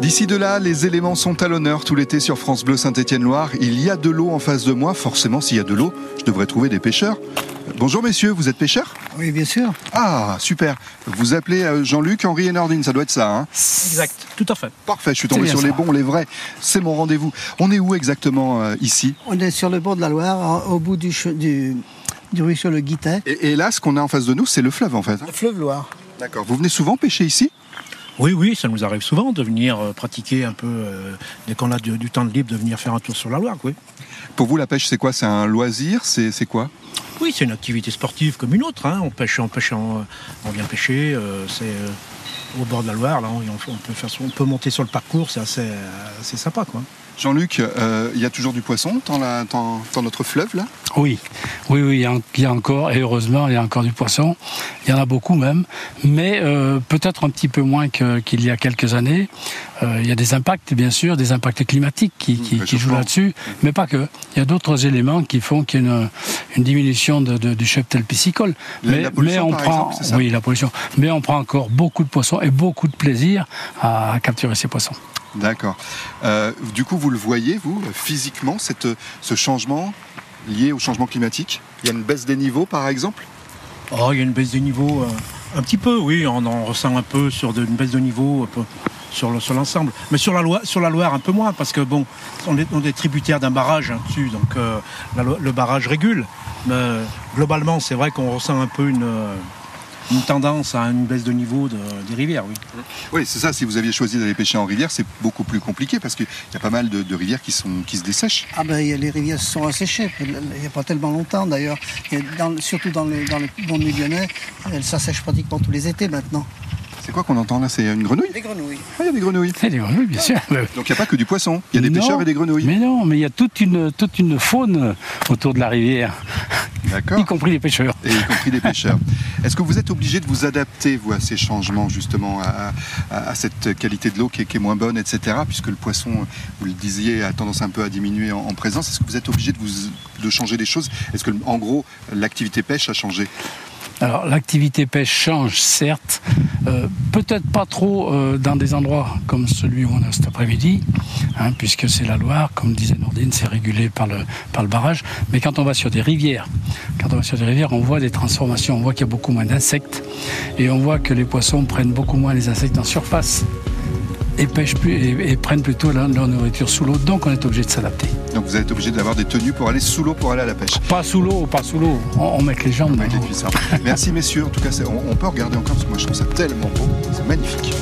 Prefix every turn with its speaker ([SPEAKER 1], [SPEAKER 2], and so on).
[SPEAKER 1] D'ici de là, les éléments sont à l'honneur tout l'été sur France Bleu Saint-Étienne-Loire. Il y a de l'eau en face de moi. Forcément, s'il y a de l'eau, je devrais trouver des pêcheurs. Euh, Bonjour messieurs, vous êtes pêcheurs
[SPEAKER 2] Oui, bien sûr.
[SPEAKER 1] Ah, super. Vous appelez euh, Jean-Luc, Henri et Nordine, ça doit être ça. Hein
[SPEAKER 3] Exact, tout à fait.
[SPEAKER 1] Parfait, je suis tombé
[SPEAKER 2] bien
[SPEAKER 1] sur
[SPEAKER 2] ça.
[SPEAKER 1] les bons, les vrais. C'est mon rendez-vous. On est où exactement euh, ici
[SPEAKER 2] On est sur le bord de la Loire, au bout du, che- du, du ruisseau Le Guitet.
[SPEAKER 1] et, et là, ce qu'on a en face de nous, c'est le fleuve en fait. hein.
[SPEAKER 2] Le fleuve Loire.
[SPEAKER 1] D'accord. Vous venez souvent pêcher ici
[SPEAKER 3] Oui, oui, ça nous arrive souvent de venir euh, pratiquer un peu, euh, dès qu'on a du, du temps de libre, de venir faire un tour sur la Loire. Oui,
[SPEAKER 1] Pour vous, la pêche, c'est quoi C'est un loisir C'est c'est quoi
[SPEAKER 3] oui c'est une activité sportive comme une autre. hein. On pêche, on pêche, en- on, vient pêcher, euh, c'est euh, au bord de la Loire, là, on, on peut faire, son- on peut monter sur le parcours, c'est assez, euh, assez sympa. Quoi.
[SPEAKER 1] Jean-Luc, euh, il y a toujours du poisson dans, la- dans- dans notre fleuve là
[SPEAKER 4] Oui, oui, oui, il y, a, il y a encore, et heureusement, il y a encore du poisson. Il y en a beaucoup même, mais euh, peut-être un petit peu moins que- qu'il y a quelques années. Euh, il y a des impacts, bien sûr, des impacts climatiques qui, qui- qui jouent
[SPEAKER 1] réchauffement.
[SPEAKER 4] là-dessus, mais pas que. Il y a d'autres éléments qui font qu'il y a une, une diminution de- de- du cheptel piscicole.
[SPEAKER 1] La- la pollution,
[SPEAKER 4] on
[SPEAKER 1] par
[SPEAKER 4] prend,
[SPEAKER 1] exemple, c'est ça
[SPEAKER 4] oui, la pollution. Mais on prend encore beaucoup de poissons et beaucoup de plaisir à capturer ces poissons.
[SPEAKER 1] D'accord. Euh, du coup, vous le voyez, vous, physiquement, cette, ce changement lié au changement climatique Il y a une baisse des niveaux par exemple
[SPEAKER 3] Oh, il y a une baisse de niveau, euh, un petit peu, oui, on en ressent un peu sur de- une baisse de niveau un peu, sur le- sur l'ensemble. Mais sur la, Loire, sur la Loire, un peu moins, parce que bon, on est, on est tributaire d'un barrage hein, dessus, donc euh, la Lo- le barrage régule. Mais euh, globalement, c'est vrai qu'on ressent un peu une, euh, une tendance à une baisse de niveau de- des rivières, oui.
[SPEAKER 1] Oui, c'est ça. Si vous aviez choisi d'aller pêcher en rivière, c'est beaucoup plus compliqué parce qu'il y a pas mal de, de rivières qui, sont, qui se dessèchent.
[SPEAKER 2] Ah ben, il y a- les rivières se sont asséchées, il n'y a pas tellement longtemps d'ailleurs. Et dans- Surtout dans le, dans le monde lyonnais, elles s'assèchent pratiquement tous les étés maintenant.
[SPEAKER 1] C'est quoi qu'on entend là C'est une grenouille
[SPEAKER 2] Les grenouilles.
[SPEAKER 1] Ah, il y a des grenouilles.
[SPEAKER 4] C'est des grenouilles, bien sûr.
[SPEAKER 1] Donc il n'y a pas que du poisson, il y a des
[SPEAKER 4] Non,
[SPEAKER 1] pêcheurs et des grenouilles.
[SPEAKER 4] Mais non, mais il y a toute une, toute une faune autour de la rivière,
[SPEAKER 1] D'accord.
[SPEAKER 4] y compris les pêcheurs.
[SPEAKER 1] et y compris des pêcheurs. Est-ce que vous êtes obligé de vous adapter, vous, à ces changements, justement, à, à- à cette qualité de l'eau qui, est- qui est moins bonne, etc., puisque le poisson, vous le disiez, a tendance un peu à diminuer en, en présence Est-ce que vous êtes obligé de, vous, de changer des choses Est-ce que, en gros, l'activité pêche a changé
[SPEAKER 4] Alors l'activité pêche change, certes, euh, peut-être pas trop euh, dans des endroits comme celui où on est cet après-midi, hein, puisque c'est la Loire, comme disait Nordine, c'est régulé par le, par le barrage, mais quand on va sur des rivières, quand on va sur des rivières, on voit des transformations, on voit qu'il y a beaucoup moins d'insectes, et on voit que les poissons prennent beaucoup moins les insectes en surface. Et, pêchent plus, et, et prennent plutôt leur- leur nourriture sous l'eau, donc on est obligé de s'adapter.
[SPEAKER 1] Donc vous êtes obligé d'avoir des tenues pour aller sous l'eau pour aller à la pêche.
[SPEAKER 4] Pas sous l'eau, pas sous l'eau. On, on met que les jambes. hein.
[SPEAKER 1] Avec les cuissards. Merci messieurs, en tout cas c'est- on, on peut regarder encore parce que moi je trouve ça tellement beau, c'est magnifique.